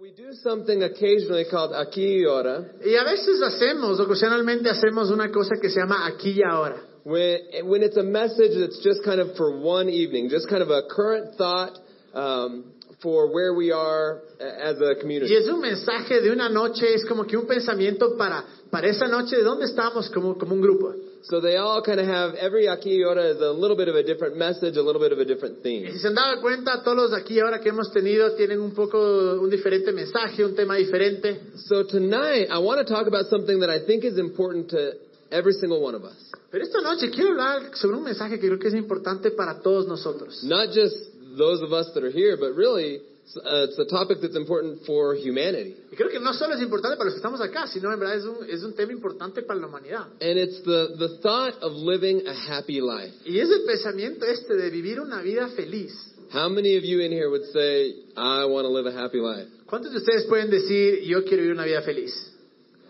We do something occasionally called aquí y ahora, Y a veces hacemos, ocasionalmente hacemos una cosa que se llama aquí y ahora. when, when it's a message that's just kind of for one evening, just kind of a current thought um, for where we are a- as a Y community. es un mensaje de una noche, es como que un pensamiento para, para esa noche de dónde estamos como, como un grupo. So they all kind of have every aquí y ahora is a little bit of a different message, a little bit of a different Y si theme. se han dado cuenta, todos los de aquí ahora que hemos tenido tienen un poco un diferente mensaje, un tema diferente. So tonight I want to talk about something that I think is important to every single one of us. Pero esta noche quiero hablar sobre un mensaje que creo que es importante para todos nosotros. Not just those of us that are here, but really uh, it's a topic that's important for humanity. Y creo que no solo es importante para los que estamos acá, sino en verdad es un, es un tema importante para la humanidad. And it's the, the thought of living a happy life. Y es el pensamiento este de vivir una vida feliz. How many of you in here would say, I want to live a happy life? ¿Cuántos de ustedes pueden decir, yo quiero vivir una vida feliz?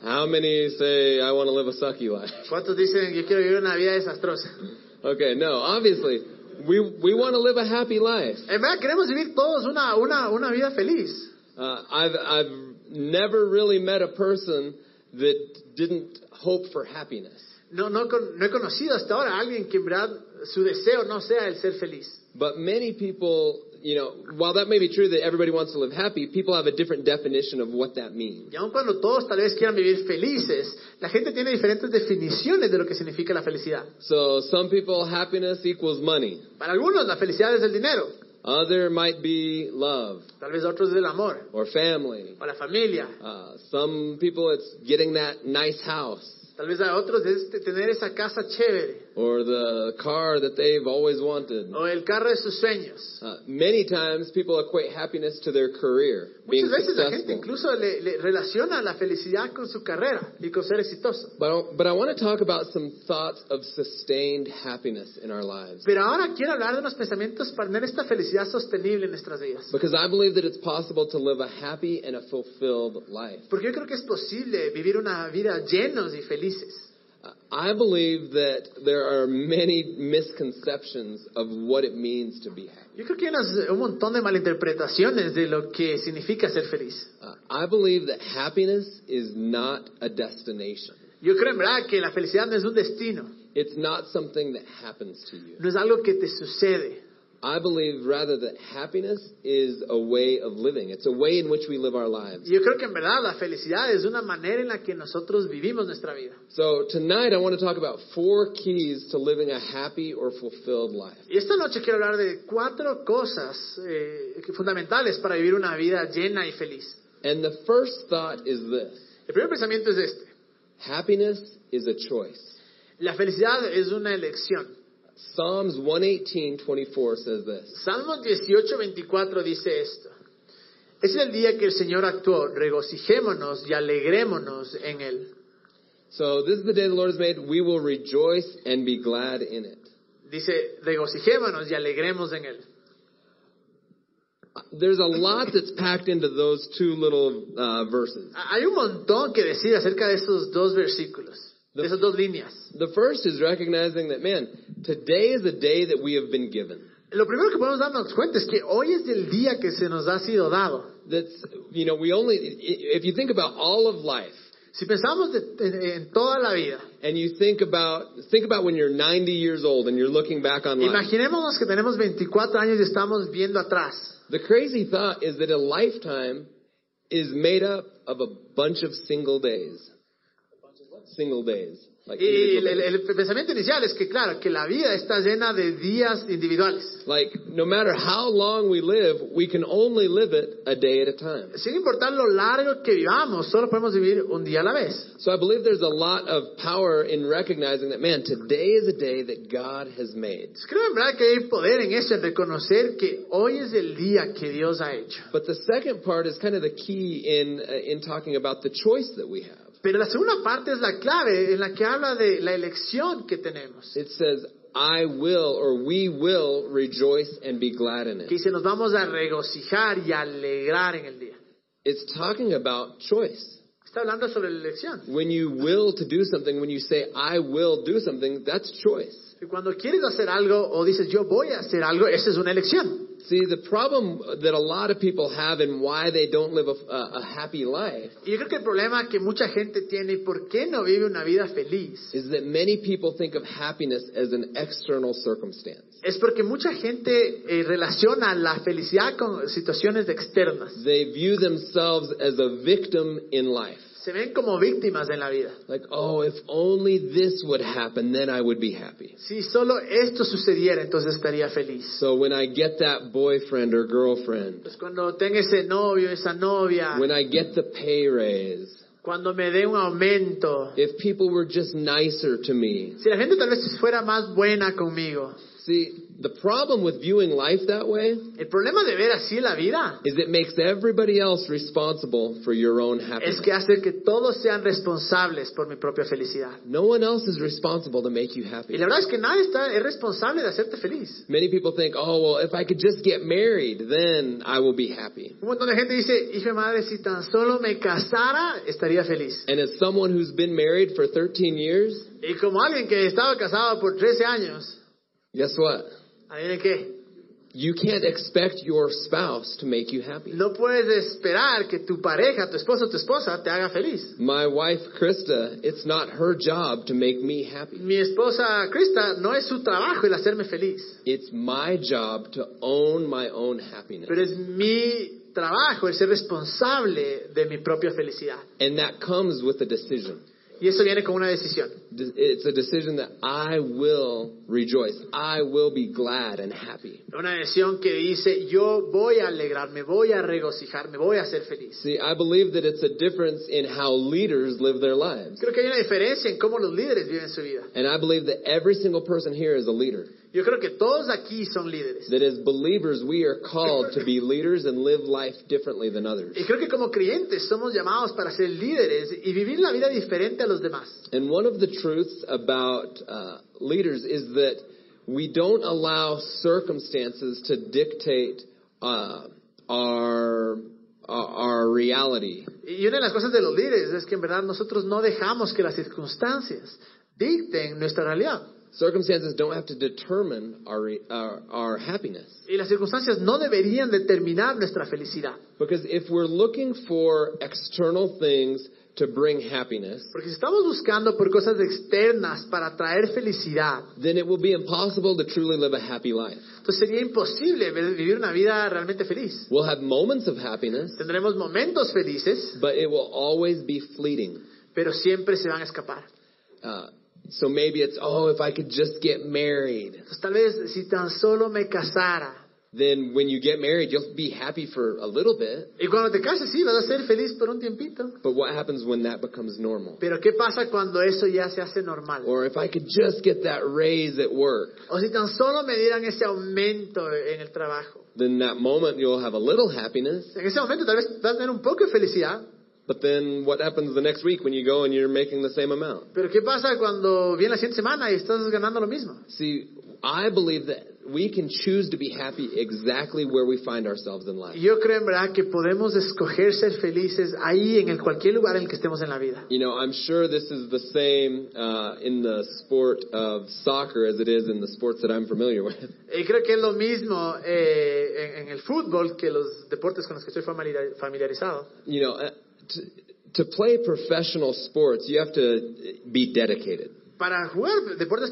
How many say, I want to live a sucky life? ¿Cuántos dicen, yo quiero vivir una vida desastrosa? Okay, no, obviously, we, we want to live a happy life. En verdad, queremos vivir todos una, una, una vida feliz. Uh, I've, I've never really met a person that didn't hope for happiness. No, no, con- no he conocido hasta ahora a alguien que en verdad su deseo no sea el ser feliz. But many people, you know, while that may be true that everybody wants to live happy, people have a different definition of what that means. Y aun cuando todos tal vez quieran vivir felices, la gente tiene diferentes definiciones de lo que significa la felicidad. So some people, happiness equals money. Para algunos la felicidad es el dinero, Other might be love tal vez otros es el amor or family. o la familia, Uh, some people, it's getting that nice house tal vez a otros es t- tener esa casa chévere or the car that they've always wanted. o el carro de sus sueños. Uh, many times, people equate happiness to their career, being Muchas veces la gente successful. incluso le, le relaciona la felicidad con su carrera y con ser exitoso. But I, but I want to talk about some thoughts of sustained happiness in our lives. Pero ahora quiero hablar de unos pensamientos para tener esta felicidad sostenible en nuestras vidas. Because I believe that it's possible to live a happy and a fulfilled life. Porque yo creo que es posible vivir una vida llenos y felices. Uh, I believe that there are many misconceptions of what it means to be happy. Yo creo que hay unas- un montón de malinterpretaciones de lo que significa ser feliz. Uh, I believe that happiness is not a destination. Yo creo en verdad que la felicidad no es un destino, It's not something that happens to you. no es algo que te sucede. I believe rather that happiness is a way of living. It's a way in which we live our lives. Y yo creo que en verdad la felicidad es una manera en la que nosotros vivimos nuestra vida. So tonight I want to talk about four keys to living a happy or fulfilled life. Y esta noche quiero hablar de cuatro cosas eh, fundamentales para vivir una vida llena y feliz. And the first thought is this. El primer pensamiento es este. Happiness is a choice. La felicidad es una elección. Psalms 118:24 says this. Salmos 18, 24 dice esto. Es el día que el Señor actuó, regocijémonos y alegrémonos en Él. So this is the day the Lord has made; we will rejoice and be glad in it. Dice, regocijémonos y alegremos en Él. There's a lot that's packed into those two little uh, verses. Ha- Hay un montón que decir acerca de esos dos versículos, de esas dos líneas. The first is recognizing that man, today is a day that we have been given. Lo primero que podemos darnos cuenta es que hoy es el día que se nos ha sido dado. That's you know we only if you think about all of life Si pensamos de- de- en toda la vida, and you think about think about when you're 90 years old and you're looking back on life. imaginémonos que tenemos 24 años y estamos viendo atrás. The crazy thought is that a lifetime is made up of a bunch of single days. Single days. Like, Y el, individual days. el- el pensamiento inicial es que, claro, que la vida está llena de días individuales. like, no matter how long we live, we can only live it a day at a time. Sin importar lo largo que vivamos, solo podemos vivir un día a la vez. So I believe there's a lot of power in recognizing that, man, today is a day that God has made. Pues Creo en verdad que hay poder en eso, en reconocer que hoy es el día que Dios ha hecho. But the second part is kind of the key in, uh, in talking about the choice that we have. Pero la segunda parte es la clave en la que habla de la elección que tenemos. It says, I will or we will rejoice and be glad in it. Que dice, nos vamos a regocijar y a alegrar en el día. It's talking about choice. Está hablando sobre la elección. When you will to do something, when you say, I will do something, that's choice. Y Cuando quieres hacer algo o dices, yo voy a hacer algo, esa es una elección. See, the problem that a lot of people have and why they don't live a, a, a happy life Y yo creo que el problema que mucha gente tiene, ¿por qué no vive una vida feliz? is that many people think of happiness as an external circumstance. Es porque mucha gente eh, relaciona la felicidad con situaciones externas. They view themselves as a victim in life. Se ven como víctimas en la vida. Like, oh, if only this would happen, then I would be happy. Si solo esto sucediera, entonces estaría feliz. So when I get that boyfriend or girlfriend, Pues cuando tenga ese novio, esa novia, when I get the pay raise, cuando me dé un aumento, if people were just nicer to me. si la gente tal vez fuera más buena conmigo. See, the problem with viewing life that way El problema de ver así la vida is it makes everybody else responsible for your own es happiness. que hace que todos sean responsables por mi propia felicidad. No one else is responsible to make you Y happy. la verdad es que nadie está, es responsable de hacerte feliz. Many people think, oh, well, if I could just get married, then I will be happy. Un montón de gente dice, hijo de madre, si tan solo me casara, estaría feliz. And as someone who's been married for 13 years, Y como alguien que estaba casado por 13 años, guess what? adivinen qué, You can't expect your spouse to make you happy. no puedes esperar que tu pareja, tu esposo o tu esposa te haga feliz. My wife, Krista, it's not her job to make me happy. Mi esposa Krista, no es su trabajo el hacerme feliz, It's my job to own my own happiness. pero es mi trabajo el ser responsable de mi propia felicidad. And that comes with a decision. Y eso viene con una decisión. De- It's a decision that I will rejoice. I will be glad and happy. Una decisión que dice, yo voy a alegrarme, voy a regocijarme, voy a ser feliz. See, I believe that it's a difference in how leaders live their lives. Creo que hay una diferencia en cómo los líderes viven su vida. And I believe that every single person here is a leader. Yo creo que todos aquí son líderes. That as believers, we are called to be leaders and live life differently than others. Y creo que como creyentes somos llamados para ser líderes y vivir la vida diferente a los demás. And one of the truths about uh, leaders is that we don't allow circumstances to dictate uh, our uh, our reality. Y una de las cosas de los líderes es que en verdad nosotros no dejamos que las circunstancias dicten nuestra realidad. Circumstances don't have to determine our re- our, our happiness Y las circunstancias no deberían determinar nuestra felicidad. because if we're looking for external things to bring happiness, Porque si estamos buscando por cosas externas para traer felicidad, then it will be impossible to truly live a happy life. entonces pues sería imposible ver- vivir una vida realmente feliz. We'll have moments of happiness, Tendremos momentos felices, but it will always be fleeting. pero siempre se van a escapar. Uh, so maybe it's, oh, if I could just get married. Entonces tal vez si tan solo me casara, Then when you get married, you'll be happy for a little bit. Y cuando te cases, sí, vas a ser feliz por un tiempito. But what happens when that becomes normal? Pero ¿qué pasa cuando eso ya se hace normal? Or if I could just get that raise at work, O si tan solo me dieran ese aumento en el trabajo. then that moment you'll have a little happiness. En ese momento tal vez vas a tener un poco de felicidad, But then what happens the next week when you go and you're making the same amount? pero ¿qué pasa cuando viene la siguiente semana y estás ganando lo mismo? See, I believe that we can choose to be happy exactly where we find ourselves in life. Y yo creo en verdad que podemos escoger ser felices ahí en el cualquier lugar en el que estemos en la vida. You know, I'm sure this is the same uh, in the sport of soccer as it is in the sports that I'm familiar with. Y creo que es lo mismo eh, en, en el fútbol que los deportes con los que estoy familiar- familiarizado. You know, uh, to, to play professional sports, you have to be dedicated. Para jugar deportes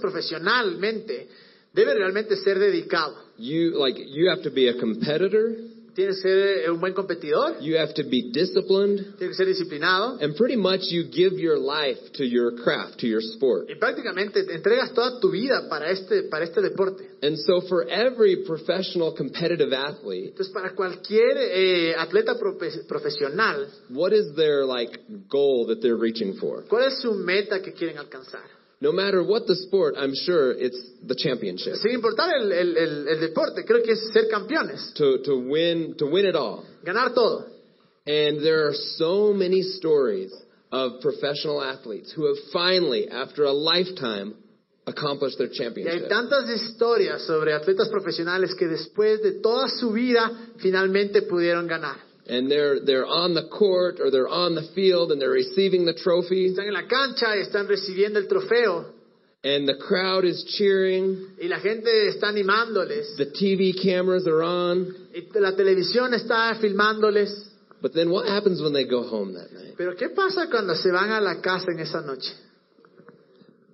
profesionalmente, debe realmente ser dedicado. You like you have to be a competitor. Tienes que ser eh, un buen competidor, You have to be disciplined, tienes que ser disciplinado and pretty much you give your life to your craft, to your sport. y prácticamente te entregas toda tu vida para este, para este deporte. And so, for every professional competitive athlete, Entonces, para cualquier eh, atleta profe- profesional, what is their like goal that they're reaching for? ¿cuál es su meta que quieren alcanzar? No matter what the sport, I'm sure it's the championship. Sin importar el, el- el- el deporte, creo que es ser campeones, To to win to win it all. ganar todo. And there are so many stories of professional athletes who have finally, after a lifetime, accomplished their Y hay championship. tantas historias sobre atletas profesionales que después de toda su vida finalmente pudieron ganar. And they're, they're on the court or they're on the field and they're receiving the trophy. Están en la cancha y están recibiendo el trofeo, and the crowd is cheering. Y la gente está animándoles. The TV cameras are on. Y la televisión está filmándoles. But then what happens when they go home that night? Pero ¿qué pasa cuando se van a la casa en esa noche?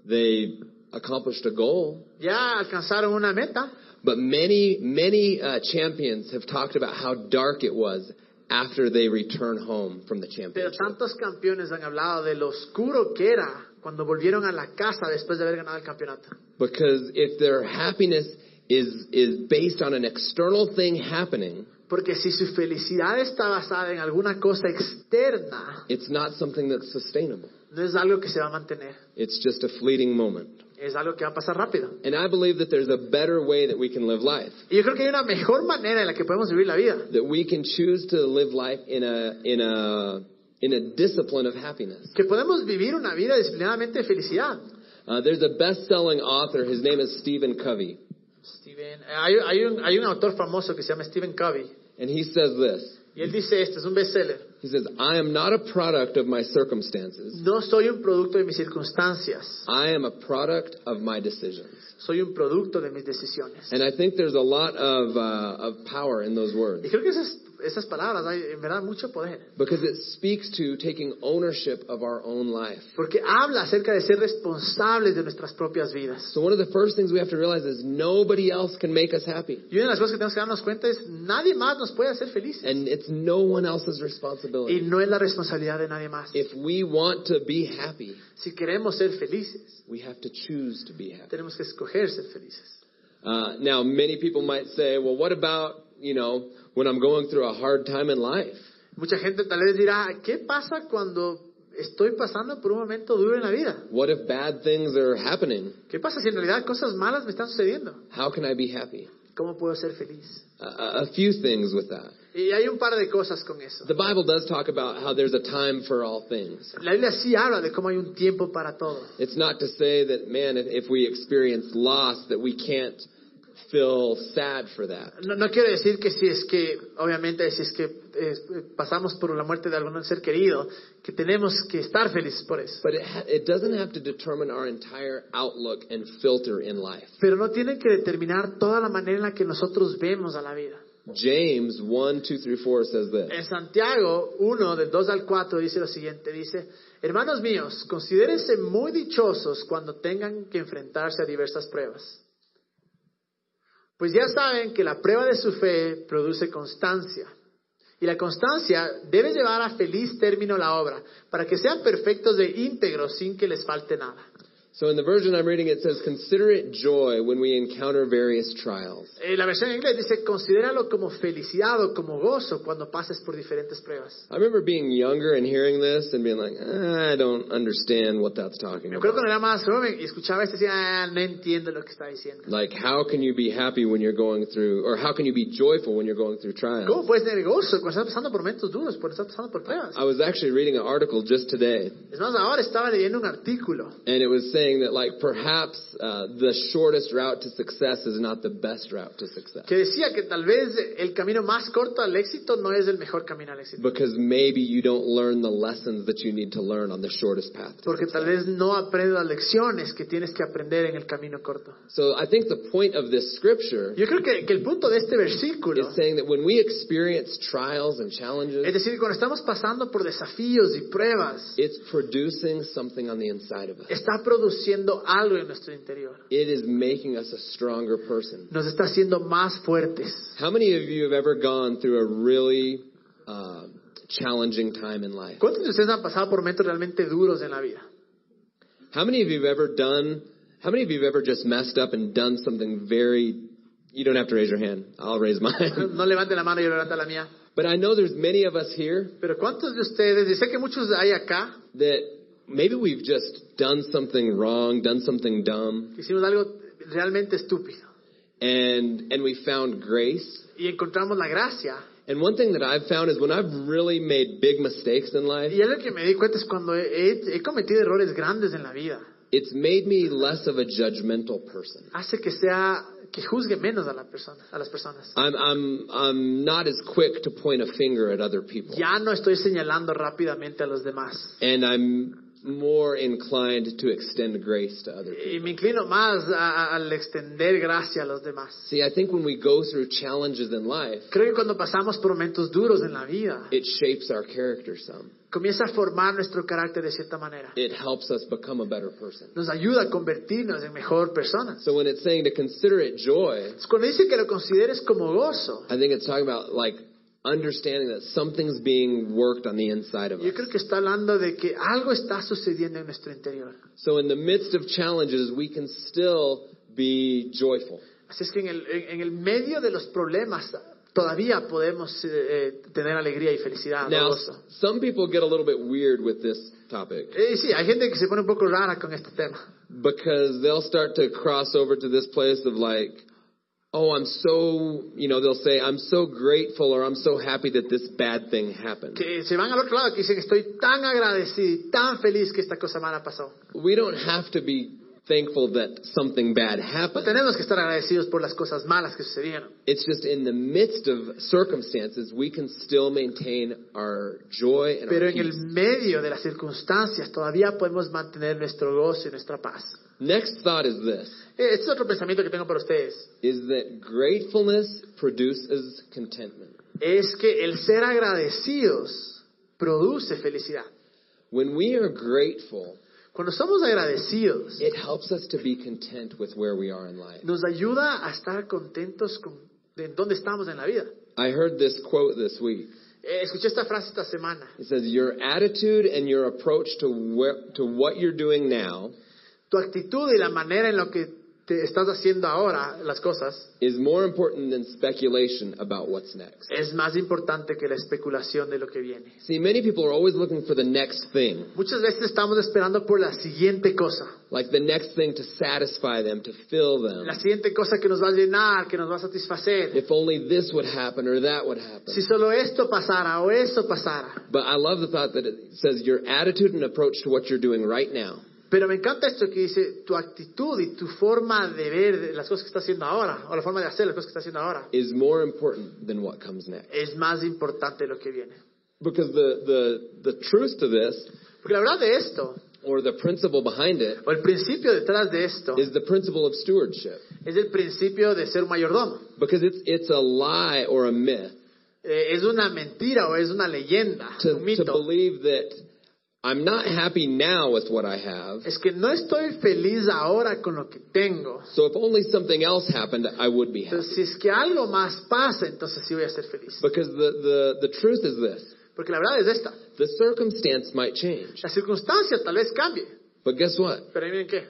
They accomplished a goal. Ya alcanzaron una meta. But many, many uh, champions have talked about how dark it was after they return home from the Pero championship. tantos campeones han hablado de lo oscuro que era cuando volvieron a la casa después de haber ganado el campeonato. Because if their happiness is, is based on an external thing happening, Porque si su felicidad está basada en alguna cosa externa, it's not something that's sustainable. no es algo que se va a mantener, It's just a fleeting moment. es algo que va a pasar rápido. And I believe that there's a better way that we can live life. Y yo creo que hay una mejor manera en la que podemos vivir la vida, That we can choose to live life in a, in a, in a discipline of happiness. que podemos vivir una vida disciplinadamente de felicidad. Uh, there's a best-selling author. His name is Stephen Covey. Steven, eh, hay, hay un, hay un autor famoso que se llama Stephen Covey, And he says this. y él dice esto, es un bestseller, He says, I am not a product of my circumstances. no soy un producto de mis circunstancias, I am a product of my decisions. soy un producto de mis decisiones. And I think there's a lot of, uh, of power in those words Y creo que esas, esas palabras hay en verdad mucho poder, because it speaks to taking ownership of our own life. porque habla acerca de ser responsables de nuestras propias vidas. So one of the first things we have to realize is nobody else can make us happy. Y una de las cosas que tenemos que darnos cuenta es nadie más nos puede hacer felices. And it's no one else's Y responsibility. no es la responsabilidad de nadie más. If we want to be happy, Si queremos ser felices, we have to choose to be happy. tenemos que escoger ser felices. Uh, now, many people might say, well, what about, you know, when I'm going through a hard time in life? Mucha gente tal vez dirá, ¿qué pasa cuando estoy pasando por un momento duro en la vida? What if bad things are happening? ¿Qué pasa si en realidad cosas malas me están sucediendo? How can I be happy? ¿Cómo puedo ser feliz? A- A, a few things with that. Y hay un par de cosas con eso. The Bible does talk about how there's a time for all things. La Biblia sí habla de cómo hay un tiempo para todo. It's not to say that, man, if, if we experience loss, that we can't feel sad for that. No, no quiero decir que si es que, obviamente, si es que eh, pasamos por la muerte de algún ser querido, que tenemos que estar felices por eso. But it, ha- it doesn't have to determine our entire outlook and filter in life. pero no tienen que determinar toda la manera en la que nosotros vemos a la vida. James 1, 2 through 4 says this. En Santiago 1, del 2 al 4, dice lo siguiente, dice, hermanos míos, considérense muy dichosos cuando tengan que enfrentarse a diversas pruebas. Pues ya saben que la prueba de su fe produce constancia. Y la constancia debe llevar a feliz término la obra, para que sean perfectos e íntegros sin que les falte nada. So in the version I'm reading, it says, consider it joy when we encounter various trials. Eh, la versión en inglés dice, considéralo como felicidad o como gozo cuando pases por diferentes pruebas. I remember being younger and hearing this and being like, "Ah, I don't understand what that's talking Me acuerdo about. cuando era más joven y escuchaba esto y decía, "Ah, no entiendo lo que está diciendo. Like, how can you be happy when you're going through, or how can you be joyful when you're going through ¿Cómo trials? puedes tener gozo cuando estás pasando por momentos duros, cuando estás pasando por pruebas? I was actually reading an article just today, Es más, ahora estaba leyendo un artículo and it was saying that, like, perhaps uh, the shortest route to success is not the best route to success. que decía que tal vez el camino más corto al éxito no es el mejor camino al éxito. Because maybe you don't learn the lessons that you need to learn on the shortest path. to Porque tal vez no aprendes las lecciones que tienes que aprender en el camino corto. So I think the point of this scripture Yo creo que, que el punto de este versículo, is saying that when we experience trials and es challenges, decir, cuando estamos pasando por desafíos y pruebas, it's producing something on the inside of us. está produciendo algo en nuestro interior. It is making us a stronger person. Nos está haciendo más fuertes. How many of you have ever gone through a really uh, challenging time in life? ¿Cuántos de ustedes han pasado por momentos realmente duros en la vida? How many of you have ever done, how many of you have ever just messed up and done something very, you don't have to raise your hand. I'll raise mine. No levante la mano, yo levanto la mía. But I know there's many of us here Pero ¿cuántos de ustedes, y sé que muchos hay acá, that maybe we've just done something wrong, done something dumb, que hicimos algo realmente estúpido and and we found grace. y encontramos la gracia? And one thing that I've found is when I've really made big mistakes in life, Y es lo que me di cuenta es cuando he, he cometido errores grandes en la vida, it's made me less of a judgmental person. hace que sea, que juzgue menos a, la persona, a las personas. I'm I'm I'm not as quick to point a finger at other people, Ya no estoy señalando rápidamente a los demás. and I'm more inclined to extend grace to other people. Y me inclino más a- a- al extender gracia a los demás. See, I think when we go through challenges in life, Creo que cuando pasamos por momentos duros en la vida, it shapes our character some. comienza a formar nuestro carácter de cierta manera. It helps us become a better person. Nos ayuda a convertirnos en mejor personas. So when it's saying to consider it joy, Cuando dice que lo consideres como gozo, I think it's talking about like understanding that something's being worked on the inside of us. yo creo que está hablando de que algo está sucediendo en nuestro interior. So in the midst of challenges, we can still be joyful. Así es que en el, en- en el medio de los problemas todavía podemos eh, eh, tener alegría y felicidad. Now, gozo. some people get a little bit weird with this topic Eh, sí, hay gente que se pone un poco rara con este tema. because they'll start to cross over to this place of like, oh, I'm so, you know, they'll say, I'm so grateful or I'm so happy that this bad thing happened. Que se van al otro lado que dicen, estoy tan agradecido y tan feliz que esta cosa mala pasó. We don't have to be thankful that something bad No happened. Pues tenemos que estar agradecidos por las cosas malas que sucedieron. It's just in the midst of circumstances, we can still maintain our joy and Pero our en el peace. medio de las circunstancias todavía podemos mantener nuestro gozo y nuestra paz. Next thought is this, Eh, Este es otro pensamiento que tengo para ustedes. is that gratefulness produces contentment. Es que el ser agradecidos produce felicidad. When we are grateful, Cuando somos agradecidos, it helps us to be content with where we are in life. nos ayuda a estar contentos con de dónde estamos en la vida. I heard this quote this week. Eh, escuché esta frase esta semana. It says, your attitude and your approach to, where, to what you're doing now Tu actitud y la manera en la que te estás haciendo ahora las cosas is more important than speculation about what's next. es más importante que la especulación de lo que viene. See, many people are always looking for the next thing. Muchas veces estamos esperando por la siguiente cosa, like the next thing to satisfy them, to fill them. la siguiente cosa que nos va a llenar, que nos va a satisfacer. If only this would happen or that would happen. Si solo esto pasara o eso pasara. But I love the thought that it says your attitude and approach to what you're doing right now Pero me encanta esto que dice tu actitud y tu forma de ver las cosas que estás haciendo ahora, o la forma de hacer las cosas que estás haciendo ahora, is more important than what comes next. es más importante lo que viene. Because the, the, the truth to this, Porque la verdad de esto, or the principle behind it, o el principio detrás de esto, is the principle of stewardship. es el principio de ser un mayordomo. Because it's, it's a lie or a myth Eh, es una mentira o es una leyenda, to, to un mito. believe that I'm not happy now with what I have, Es que no estoy feliz ahora con lo que tengo. so if only something else happened, I would be happy. Entonces, si es que algo más pasa, entonces sí voy a ser feliz. Because the, the, the truth is this Porque la verdad es esta. the circumstance might change. La circunstancia tal vez cambie, But guess what? pero ahí miren qué,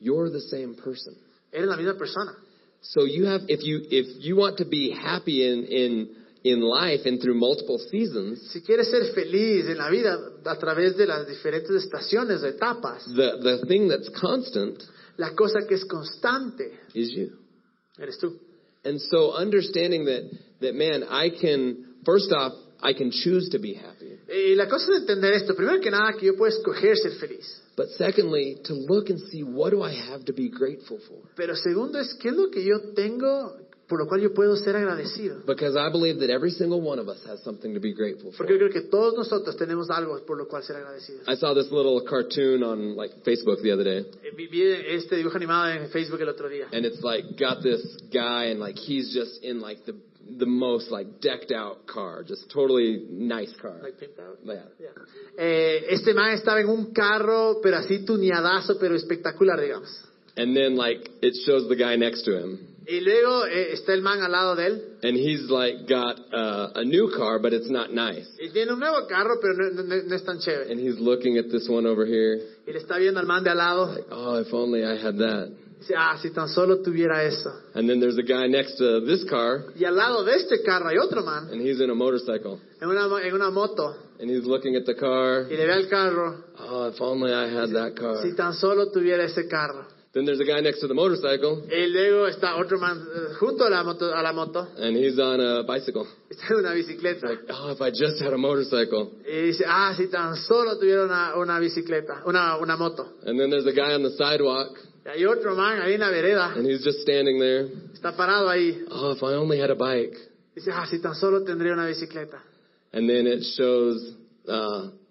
You're the same person. eres la misma persona. So you have if you if you want to be happy in in in life and through multiple seasons, Si quieres ser feliz en la vida a través de las diferentes estaciones o etapas, the the thing that's constant la cosa que es constante is you. eres tú. And so understanding that that man, I can first off, I can choose to be happy. Y la cosa es entender esto, primero que nada, que yo puedo escoger ser feliz. But secondly, to look and see what do I have to be grateful for? Pero segundo es, ¿qué es lo que yo tengo por lo cual yo puedo ser agradecido? Because I believe that every single one of us has something to be grateful for. Porque yo creo que todos nosotros tenemos algo por lo cual ser agradecidos. I saw this little cartoon on like Facebook the other day. Eh, Vi vi este dibujo animado en Facebook el otro día. and it's like got this guy and like he's just in like the the most like decked out car, just totally nice car. Like pimped out. Yeah. Yeah. Eh, este man estaba en un carro, pero así tuneadazo, pero espectacular, digamos. And then like it shows the guy next to him, Y luego eh, está el man al lado de él. and he's like got uh, a new car, but it's not nice. Y tiene un nuevo carro, pero no, no- no- no es tan chévere. And he's looking at this one over here, Y le está viendo al man de al lado. like, oh, if only I had that. Dice, ah, si tan solo tuviera eso. And then there's a guy next to this car, Y al lado de este carro hay otro man, and he's in a motorcycle, en una, mo- en una moto. and he's looking at the car. Y le ve al carro, Oh, if only I had that car. si tan solo tuviera ese carro. Then there's a guy next to the motorcycle, Y luego está otro man eh, junto a la moto. A la moto. and he's on a bicycle. Está en una bicicleta. Like, oh, if I just had a motorcycle. Y dice, ah, si tan solo tuviera una, una bicicleta, una, una moto. And then there's a guy on the sidewalk, Y hay otro man ahí en la vereda, and he's just standing there. está parado ahí. Oh, if I only had a bike. Dice, ah, si tan solo tendría una bicicleta. And then it shows uh,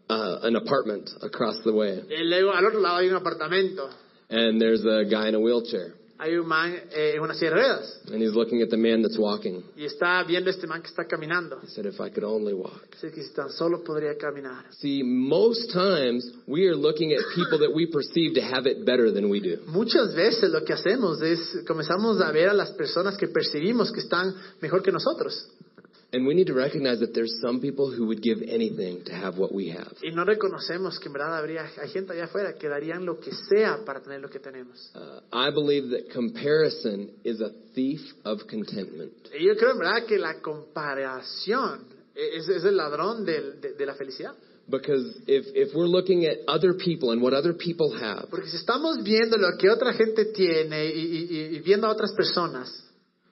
uh, an apartment across the way, Y luego al otro lado hay un apartamento. and there's a guy in a wheelchair, Hay un man eh, en una silla de ruedas. and he's looking at the man that's walking. Y está viendo este man que está caminando. He said, "If I could only walk." Dice que si tan solo podría caminar. See, most times we are looking at people that we perceive to have it better than we do. Muchas veces lo que hacemos es comenzamos a ver a las personas que percibimos que están mejor que nosotros. And we need to recognize that there's some people who would give anything to have what we have. Y no reconocemos que en verdad habría, hay gente allá afuera que darían lo que sea para tener lo que tenemos. Uh, I believe that comparison is a thief of contentment. Y yo creo en verdad que la comparación e-, es, es el ladrón del- de, de la felicidad. Because if, if we're looking at other people and what other people have, Porque si estamos viendo lo que otra gente tiene y, y- y- y viendo a otras personas,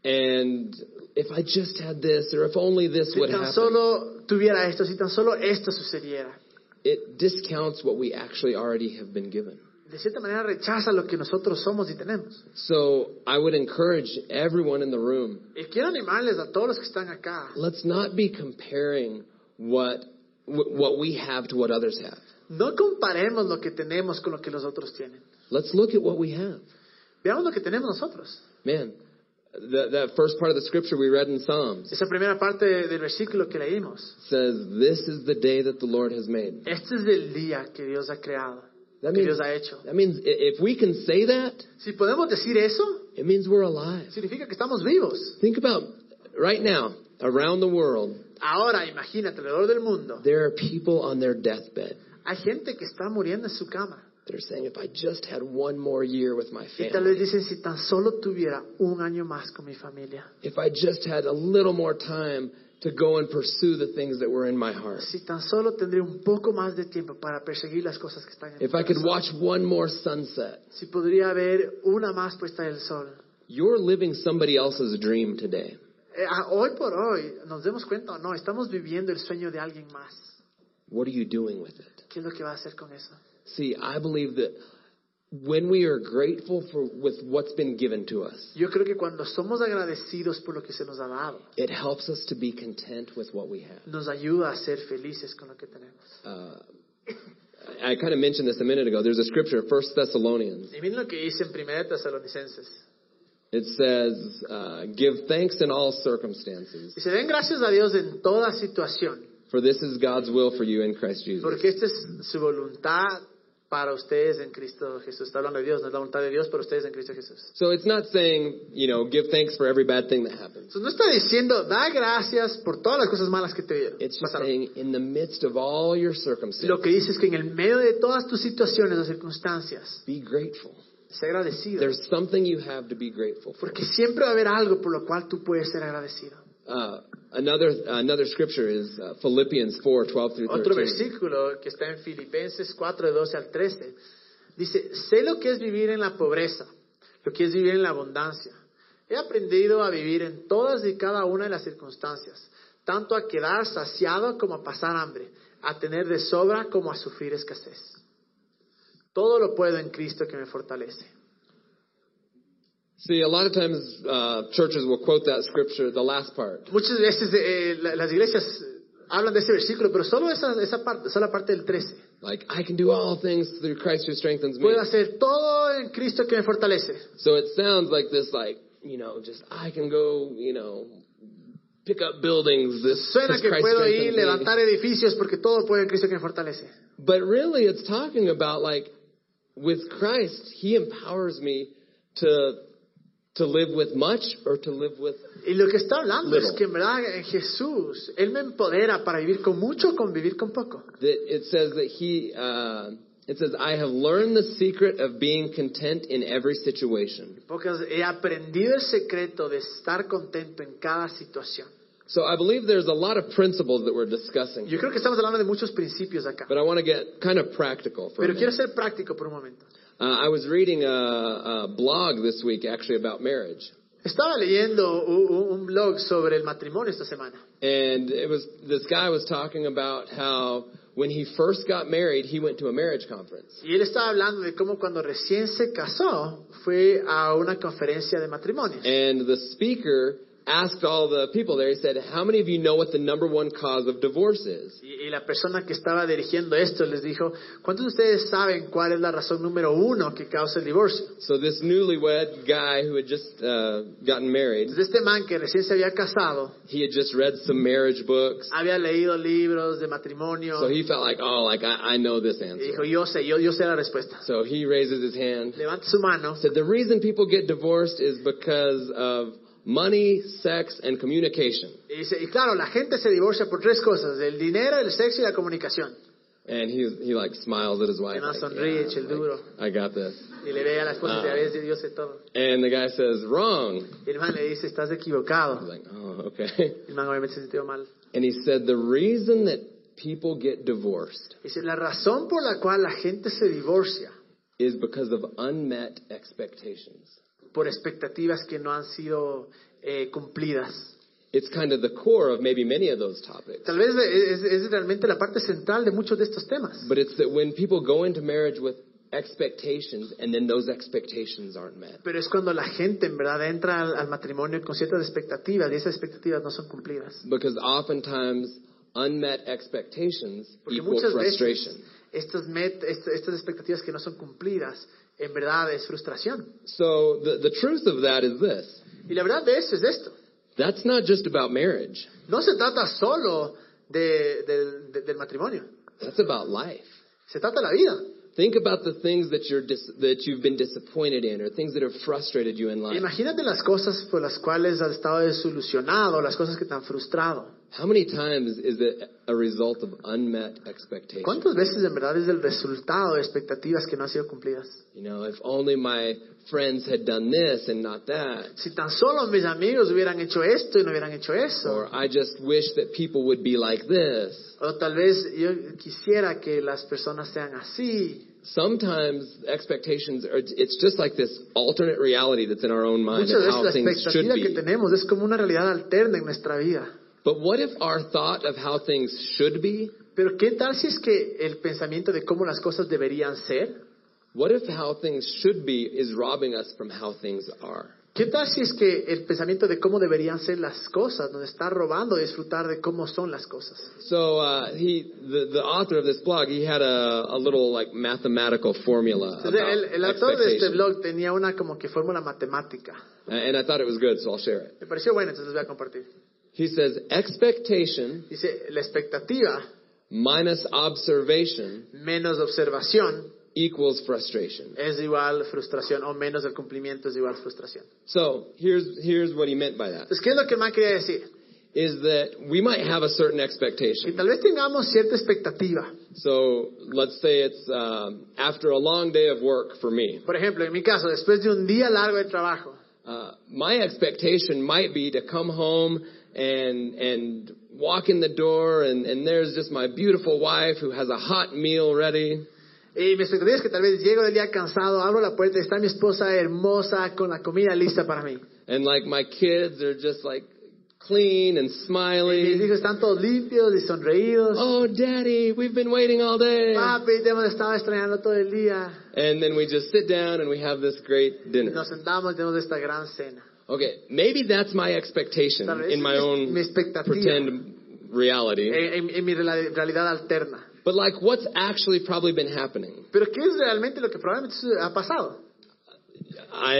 and if I just had this, or if only this si would tan happen, solo tuviera esto, si tan solo esto sucediera, it discounts what we actually already have been given. de cierta manera rechaza lo que nosotros somos y tenemos. So I would encourage everyone in the room, Y quiero animarles a todos los que están acá. let's not be comparing what, wh- what we have to what others have. No comparemos lo que tenemos con lo que los otros tienen. Let's look at what we have. Veamos lo que tenemos nosotros. Man, the, that first part of the scripture we read in Psalms Esa primera parte del versículo que leímos. says, This is the day that the Lord has made. Este es el día que Dios ha creado, That que means, Dios ha hecho. that means i- if we can say that, Si podemos decir eso, it means we're alive. significa que estamos vivos. Think about right now, around the world, Ahora, imagínate, alrededor del mundo, there are people on their deathbed. hay gente que está muriendo en su cama. They're saying, if I just had one more year with my Y tal family, vez dicen, si tan solo tuviera un año más con mi familia, if I just had a little more time to go and pursue the things that were in my heart, si tan solo tendría un poco más de tiempo para perseguir las cosas que están en mi if I could corazón. watch one more sunset. si podría haber una más puesta del sol. You're living somebody else's dream today. Eh, ah, hoy por hoy, nos demos cuenta o no, estamos viviendo el sueño de alguien más. What are you doing with it? ¿Qué es lo que va a hacer con eso? See, I believe that when we are grateful for with what's been given to us, Yo creo que cuando somos agradecidos por lo que se nos ha dado, it helps us to be content with what we have. nos ayuda a ser felices con lo que tenemos. Uh, I kind of mentioned this a minute ago. There's a scripture, First Thessalonians. Y miren lo que dice en 1 Tesalonicenses. It says, uh, "Give thanks in all circumstances, Dice, den gracias a Dios en toda situación, for this is God's will for you in Christ Jesus." porque esta es su voluntad para ustedes en Cristo Jesús. Está hablando de Dios, no es la voluntad de Dios para ustedes en Cristo Jesús. So it's not saying, you know, give thanks for every bad thing that happens. Entonces, no está diciendo, da gracias por todas las cosas malas que te dieron. It's just pasaron". saying, in the midst of all your Lo circumstances, que dice es que en el medio de todas tus situaciones o circunstancias, be grateful. sé agradecido. There's something you have to be grateful for. Porque siempre va a haber algo por lo cual tú puedes ser agradecido. Uh, another another scripture is uh, Philippians 4, 12 through 13. Otro versículo que está en Filipenses 4, de 12 al 13, dice, sé lo que es vivir en la pobreza, lo que es vivir en la abundancia. He aprendido a vivir en todas y cada una de las circunstancias, tanto a quedar saciado como a pasar hambre, a tener de sobra como a sufrir escasez. Todo lo puedo en Cristo que me fortalece. See, a lot of times uh, churches will quote that scripture, the last part. Muchas veces eh, la- las iglesias eh, hablan de ese versículo, pero solo esa, esa parte, solo la parte del 13. Like, I can do all things through Christ who strengthens me. Puedo hacer todo en Cristo que me fortalece. So it sounds like this, like, you know, just I can go, you know, pick up buildings. This, Suena this que Christ puedo ir, strengthens me. levantar edificios porque todo puede en Cristo que me fortalece. But really, it's talking about like with Christ, He empowers me to to live with much or to live with Y lo que está hablando Little. es que en verdad en Jesús, Él me empodera para vivir con mucho o con vivir con poco. that it says that he uh, it says i have learned the secret of being content in every situation Pocas, he aprendido el secreto de estar contento en cada situación. so i believe there's a lot of principles that we're discussing Yo creo que estamos hablando de muchos principios acá. but i want to get kind of practical for a Pero quiero minute. ser práctico por un momento. Uh, i was reading a, a blog this week actually about marriage Estaba leyendo u- u- un blog sobre el matrimonio esta semana. and it was this guy was talking about how when he first got married he went to a marriage conference Y él estaba hablando de cómo cuando recién se casó fue a una conferencia de matrimonio. and the speaker asked all the people there, he said, How many of you know what the number one cause of divorce is? Y, y la persona que estaba dirigiendo esto les dijo, ¿cuántos de ustedes saben cuál es la razón número uno que causa el divorcio? So this newlywed guy who had just uh, gotten married, Entonces este man que recién se había casado, he had just read some marriage books, había leído libros de matrimonio, so he felt like, Oh, like I, I know this y answer. dijo, yo sé, yo, yo sé la respuesta. So he raises his hand. Levanta su mano. Said the reason people get divorced is because of money, sex, and communication. Y dice, y claro, la gente se divorcia por tres cosas, el dinero, el sexo y la comunicación. And he he like smiles at his wife. Que no like, sonríe, "Yeah, eche el like, duro." I got this. Y le ve a la esposa y dice, a Ah. veces yo sé todo. And the guy says, wrong. Y el man le dice, estás I equivocado. was like, oh, okay. El man obviamente se sintió mal. And he said, the reason that people get divorced Dice, la razón por la cual la gente se divorcia is because of unmet expectations. por expectativas que no han sido eh, cumplidas. It's kind of the core of maybe many of those topics. Tal vez es, es realmente la parte central de muchos de estos temas. But it's that when people go into marriage with expectations and then those expectations aren't met. Pero es cuando la gente en verdad entra al, al matrimonio con ciertas expectativas y esas expectativas no son cumplidas. Because oftentimes unmet expectations Porque equal muchas veces frustration. estas, met- est- estas expectativas que no son cumplidas en verdad es frustración. So the, the truth of that is this. Y la verdad de eso es esto. That's not just about marriage. No se trata solo de- del- de- del matrimonio. That's about life. Se trata de la vida. Think about the things that you're dis- that you've been disappointed in, or things that have frustrated you in life. Imagínate las cosas por las cuales has estado desilusionado, las cosas que te han frustrado. How many times is it a result of unmet expectations? ¿Cuántas veces en verdad es el resultado de expectativas que no han sido cumplidas? You know, if only my friends had done this and not that, Si tan solo mis amigos hubieran hecho esto y no hubieran hecho eso. or I just wish that people would be like this. O tal vez yo quisiera que las personas sean así. Sometimes expectations are it's just like this alternate reality that's in our own mind of Muchas veces how la things should expectativa que be. tenemos es como una realidad alterna en nuestra vida. But what if our thought of how things should be Pero ¿qué tal si es que el pensamiento de cómo las cosas deberían ser? What if how things should be is robbing us from how things are? ¿Qué tal si es que el pensamiento de cómo deberían ser las cosas nos está robando disfrutar de cómo son las cosas? So uh, he, the, the author of this blog, he had a, a little like mathematical formula Entonces, about el, el autor de este expectation. blog tenía una como que fórmula matemática. and I thought it was good, so I'll share it. Me pareció bueno, entonces les voy a compartir. He says expectation Dice, la expectativa minus observation menos observación equals frustration. es igual frustración o menos el cumplimiento es igual frustración. So here's here's what he meant by that: Entonces, ¿qué es lo que más quería decir? is that we might have a certain Que expectation. tal vez tengamos cierta expectativa. So let's say it's um, after a long day of work for me. Por ejemplo, en mi caso, después de un día largo de trabajo, Uh, my expectation might be to come home and and walk in the door and, and there's just my beautiful wife who has a hot meal ready Y mi expectativa es que tal vez llego del día cansado, abro la puerta y está mi esposa hermosa con la comida lista para mí. and like my kids are just like clean and Mis smiley. hijos están todos limpios y sonreídos. Oh, daddy, we've been waiting all day. Papi, te hemos estado extrañando todo el día. And then we just sit down and we have this great dinner. Nos sentamos y tenemos esta gran cena. Okay, maybe that's my expectation Tal vez in my es own mi expectativa. pretend reality. En, en- en mi rela- realidad alterna. But like, what's actually probably been happening? Pero ¿qué es realmente lo que probablemente su- ha pasado? I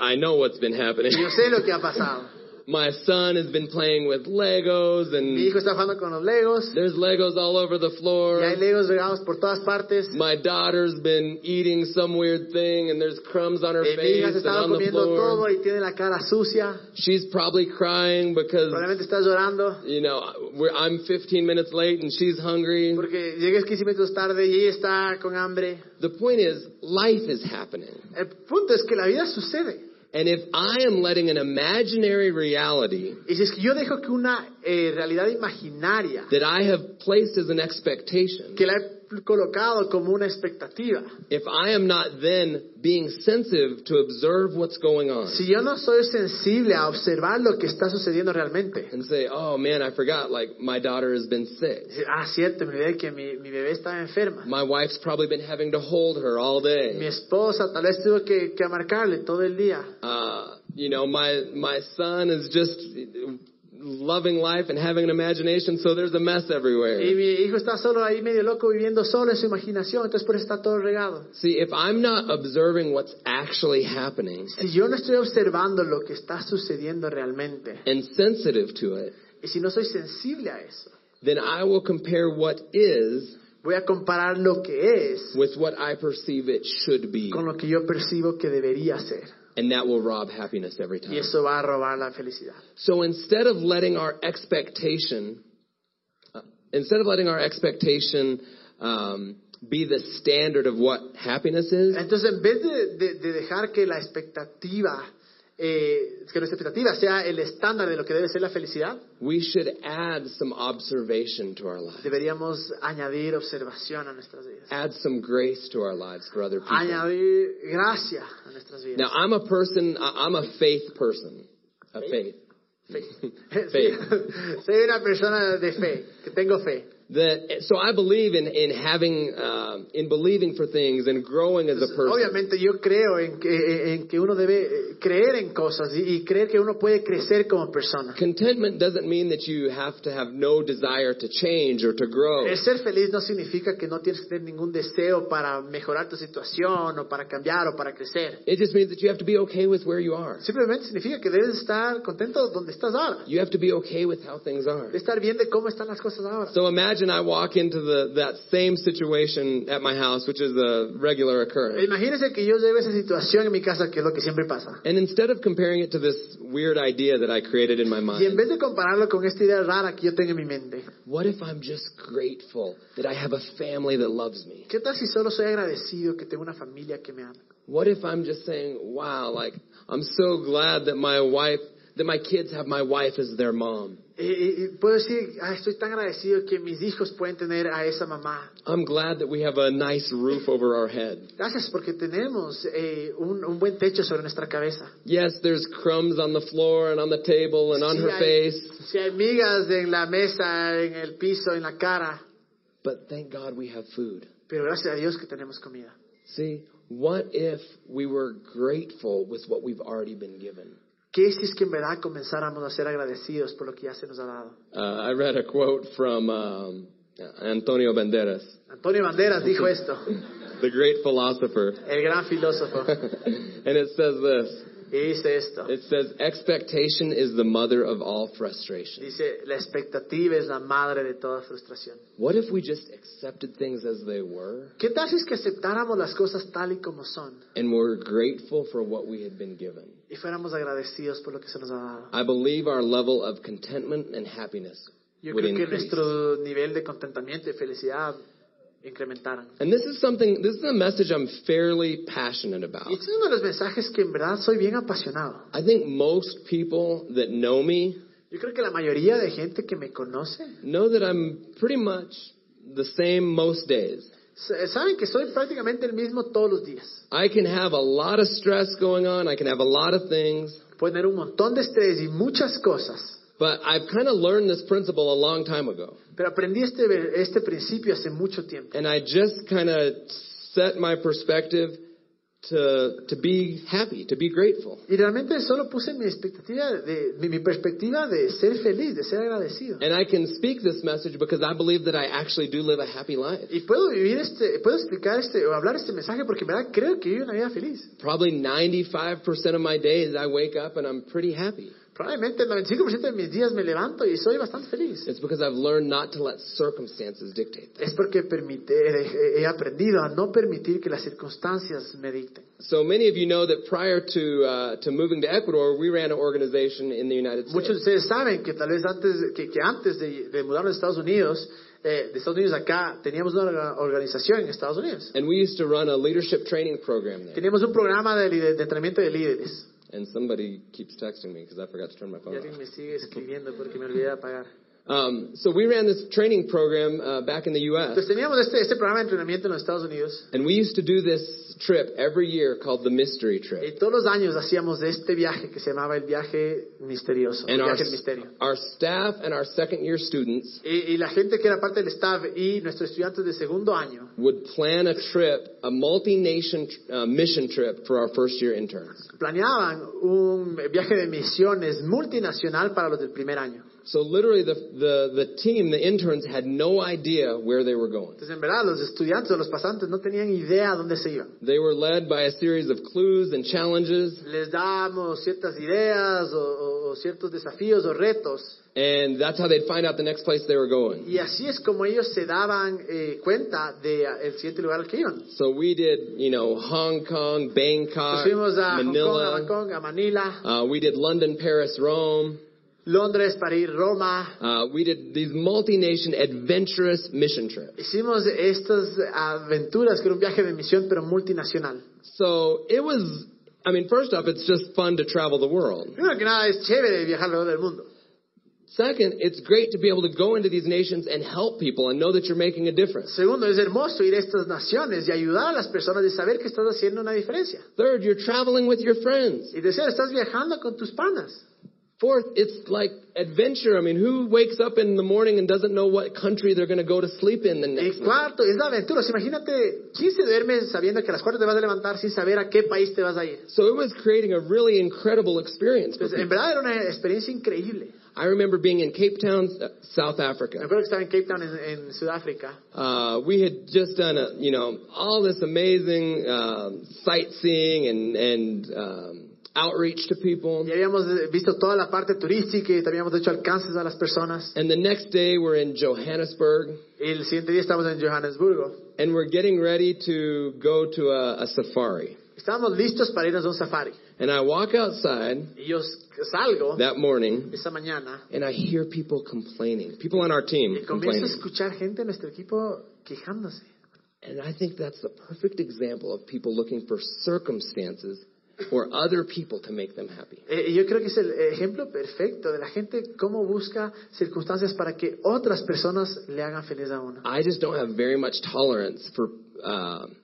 I, I know what's been happening. Yo sé lo que ha pasado. My son has been playing with Legos Mi and hijo está jugando con los Legos. there's Legos all over the Y hay floor. Legos regados por todas partes. My daughter's been eating some weird thing and there's crumbs on her Eh, mi face hija se and estaba on the comiendo todo floor. y tiene la cara sucia. She's probably crying because Probablemente está llorando. you know we're, I'm 15 minutes late and she's hungry. Porque llegues 15 minutos tarde y ella está con hambre. The point is life is happening. El punto es que la vida sucede. And if I am letting an imaginary reality Y si es que yo dejo que una eh, realidad imaginaria, that I have placed as an expectation, que la he colocado como una expectativa, if I am not then being sensitive to observe what's going on, si yo no soy sensible a observar lo que está sucediendo realmente, and say, "Oh man, I forgot. Like my daughter has been sick. decir, ah, cierto, me olvidé que mi, mi bebé estaba enferma. My wife's probably been having to hold her all Mi day. esposa tal vez tuvo que, que amarcarle todo el día. Uh, you know, my my son is just loving life and having an imagination, so there's a mess Y everywhere. mi hijo está solo ahí medio loco viviendo solo en su imaginación, entonces por eso está todo regado. See, if I'm not observing what's actually happening Si yo no estoy observando lo que está sucediendo realmente and sensitive to it, y si no soy sensible a eso, then I will compare what is voy a comparar lo que es with what I perceive it should be, con lo que yo percibo que debería ser and that will rob happiness every y time. eso va a robar la felicidad. So instead of letting our expectation, uh, instead of letting our expectation um, be the standard of what happiness is, Entonces, en vez de, de- de dejar que la expectativa, eh, que nuestra expectativa sea el estándar de lo que debe ser la felicidad, we should add some observation to our lives, deberíamos añadir observación a nuestras vidas, add some grace to our lives for other people. añadir gracia a nuestras vidas. Now, I'm a person, I- I'm a faith person, a faith, Fe. Sí, Soy una persona de fe, que tengo fe. that so I believe in in having um, in believing for things and growing as a person. Obviamente yo creo en que, en que uno debe eh, creer en cosas y, y creer que uno puede crecer como persona. Contentment doesn't mean that you have to have no desire to change or to grow. El ser feliz no significa que no tienes que tener ningún deseo para mejorar tu situación o para cambiar o para crecer. It just means that you have to be okay with where you are. Simplemente significa que debes estar contento donde estás ahora, You have to be okay with how things are. de estar bien de cómo están las cosas ahora. So imagine I walk into the, that same situation at my house, which is a regular occurrence. Imagínense que yo llevo esa situación en mi casa, que es lo que siempre pasa. And instead of comparing it to this weird idea that I created in my Y mind, en vez de compararlo con esta idea rara que yo tengo en mi mente, what if I'm just grateful that I have a family that loves me? ¿Qué tal si solo soy agradecido que tengo una familia que me ama? What if I'm just saying, wow, like, I'm so glad that my wife, that my kids have my wife as their mom. Eh, eh, eh, puedo decir, "Ah, estoy tan agradecido que mis hijos pueden tener a esa mamá. I'm glad that we have a nice roof over our head. Gracias porque tenemos eh, un, un buen techo sobre nuestra cabeza. Yes, there's crumbs on the floor and on the table and on Sí her hay- face. sí hay migas en la mesa, en el piso, en la cara, But thank God we have food. pero gracias a Dios que tenemos comida. See, what if we were grateful with what we've already been given? ¿Qué si es que en verdad comenzáramos a ser agradecidos por lo que ya se nos ha dado? Uh, I read a quote from um, Antonio Banderas, Antonio Banderas dijo esto, the great philosopher, el gran filósofo, and it says this. y dice esto. It says, expectation is the mother of all frustration. Dice, la expectativa es la madre de toda frustración. What if we just accepted things as they were ¿Qué tal si es que aceptáramos las cosas tal y como son and were grateful for what we had been given? y fuéramos agradecidos por lo que se nos ha dado? I believe our level of contentment and happiness Yo would creo que increase. nuestro nivel de contentamiento y felicidad incrementaran. And this is something, this is a message I'm fairly passionate about. Y este es uno de los mensajes que en verdad soy bien apasionado. I think most people that know me Yo creo que la mayoría de gente que me conoce know that I'm pretty much the same most days. s- saben que soy prácticamente el mismo todos los días. I can have a lot of stress going on, I can have a lot of things, Puedo tener un montón de estrés y muchas cosas, but I've kind of learned this principle a long time ago. pero aprendí este, ver- este principio hace mucho tiempo. And I just kind of set my perspective to, to be happy, to be grateful. Y realmente solo puse mi expectativa, de, mi- mi perspectiva de ser feliz, de ser agradecido. And I can speak this message because I believe that I actually do live a happy life. Y puedo vivir este, puedo explicar este, o hablar este mensaje porque en verdad creo que vivo una vida feliz. Probably 95% of my days I wake up and I'm pretty happy. Probablemente el 95% de mis días me levanto y soy bastante feliz. It's because I've learned not to let circumstances dictate that. Es porque permite, he he aprendido a no permitir que las circunstancias me dicten. So many of you know that prior to, uh, to moving to Ecuador, we ran an organization in the United States. Muchos de ustedes saben que tal vez antes, que, que antes de, de mudarnos a Estados Unidos, eh, de Estados Unidos acá, teníamos una orga- organización en Estados Unidos. And we used to run a leadership training program there. Teníamos un programa de, lider- de entrenamiento de líderes. And somebody keeps texting me because I forgot to turn my Y phone alguien off. me sigue escribiendo porque me olvidé de apagar. Um, so we ran this training program uh, back in the U.S. Entonces teníamos este, este programa de entrenamiento en los Estados Unidos and we used to do this trip every year called the mystery trip. y todos los años hacíamos de este viaje que se llamaba el viaje misterioso, el And our, viaje del misterio. our staff and our second year students Y, y la gente que era parte del staff y nuestros estudiantes de segundo año would plan a trip, a multi-nation uh, mission trip for our first year interns. planeaban un viaje de misiones multinacional para los del primer año. So literally the, the, the team, the interns had no idea where they were going. Entonces, en verdad, los estudiantes o los pasantes no tenían idea a dónde se iban. They were led by a series of clues and challenges Les dábamos ciertas ideas o, o- o ciertos desafíos o retos. and that's how they'd find out the next place they were going. Y así es como ellos se daban eh, cuenta del el siguiente lugar al que iban. So we did, you know, Hong Kong, Nos Bangkok, fuimos a Hong Kong, a Ah, Manila. Bangkok, a Manila, Uh, we did London, Paris, Rome. Londres, París, Roma. Uh, we did these multi-nation adventurous mission trips. Hicimos estas aventuras que era un viaje de misión, pero multinacional. So it was, I mean, first off, it's just fun to travel the world. Primero que nada, es chévere viajar alrededor del mundo. Second, it's great to be able to go into these nations and help people and know that you're making a difference. Segundo, es hermoso ir a estas naciones y ayudar a las personas de saber que estás haciendo una diferencia. Third, you're traveling with your friends. Y tercero, estás viajando con tus panas. Fourth, it's like adventure. I mean, who wakes up in the morning and doesn't know what country they're going to go to sleep in the Y next night? cuarto, es la aventura. O sea, imagínate, ¿quién se duerme sabiendo que a las cuatro te vas a levantar sin saber a qué país te vas a ir? So it was creating a really incredible experience. for Entonces, en people. verdad era una experiencia increíble. I remember being in Cape Town, uh, South Africa. Me acuerdo que estaba en Cape Town, en, en Sudáfrica. uh, we had just done a, you know all this amazing um, sightseeing and and um, outreach to people. Y habíamos eh, visto toda la parte turística y también habíamos hecho alcances a las personas. And the next day we're in Johannesburg El siguiente día estábamos en Johannesburgo. and we're getting ready to go to a, a safari. Estábamos listos para irnos a un safari. And I walk outside Y yo salgo that morning esa mañana and I hear people complaining. People on our team Y comienzo a complaining. escuchar gente de nuestro equipo quejándose. And I think that's the perfect example of people looking for circumstances or other people to make them happy. Eh, y yo creo que es el ejemplo perfecto de la gente cómo busca circunstancias para que otras personas le hagan feliz a uno. I just don't have very much tolerance for um,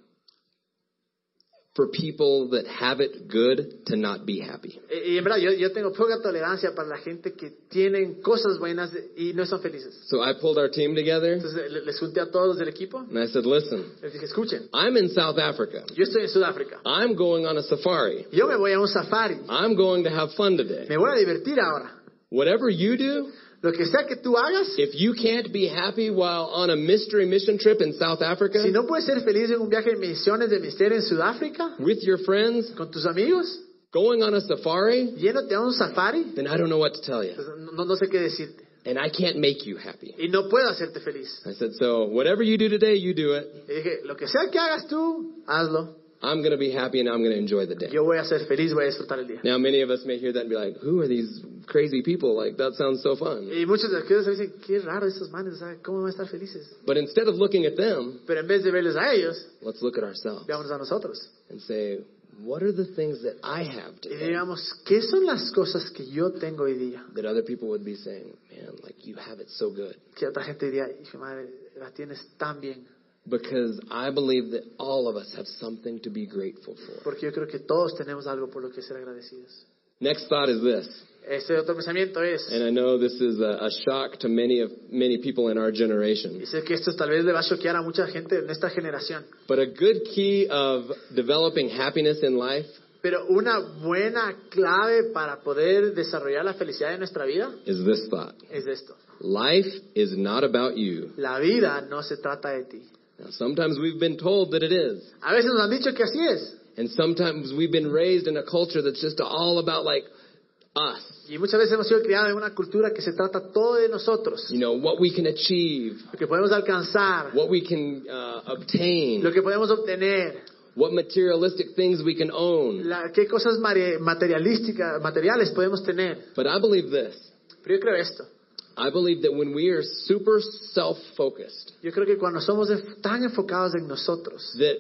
for people that have it good to not be happy. Eh, y en verdad, yo, yo tengo poca tolerancia para la gente que tienen cosas buenas y no son felices. So I pulled our team together Entonces eh, le- les junté a todos los del equipo. and I said, "Listen, Les dije, escuchen, I'm in South Africa. yo estoy en Sudáfrica. I'm going on a safari. Yo me voy a un safari. I'm going to have fun today. Me voy a divertir ahora. Whatever you do, Lo que sea que tú hagas, if you can't be happy while on a mystery mission trip in South Africa si no puedes ser feliz en un viaje de misiones de misterio en Sudáfrica, with your friends, con tus amigos, going on a safari, yéndote a un safari, then I don't know what to tell you, Entonces, no, no sé qué decirte. and I can't make you happy." Y no puedo hacerte feliz. I said, "So whatever you do today, you do it." Y dije, lo que sea que hagas tú, hazlo. I'm going to be happy and I'm going to enjoy the day. Yo voy a ser feliz, voy a disfrutar el día. Now, many of us may hear that and be like, who are these crazy people? Like, that sounds so fun. Y muchos de ustedes dicen, qué raro estos manes, ¿sabe? ¿cómo van a estar felices? But instead of looking at them, Pero en vez de verles a ellos, let's look at ourselves veámonos a nosotros. and say, what are the things that I have Y today digamos, ¿qué son las cosas que yo tengo hoy día? that other people would be saying, man, like, you have it so good? Que otra gente diría, hijo madre, la tienes tan bien. Because I believe that all of us have something to be grateful for. Porque yo creo que todos tenemos algo por lo que ser agradecidos. Next thought is this, Este otro pensamiento es, and I know this is a, a shock to many of many people in our generation, y sé que esto tal vez le va a choquear a mucha gente en esta generación, but a good key of developing happiness in life Pero una buena clave para poder desarrollar la felicidad de nuestra vida is this thought. es esto. Life is not about you. La vida no se trata de ti. Now, sometimes we've been told that it is, A veces nos han dicho que así es. and sometimes we've been raised in a culture that's just all about like us. Y muchas veces hemos sido criados en una cultura que se trata todo de nosotros. You know what we can achieve, Lo que podemos alcanzar, what we can uh, lo obtain, que podemos obtener, what materialistic things we can own. la- qué cosas mare- materialísticas, materiales podemos tener. But I believe this. Pero yo creo esto. I believe that when we are super self-focused, Yo creo que cuando somos enf- tan enfocados en nosotros, that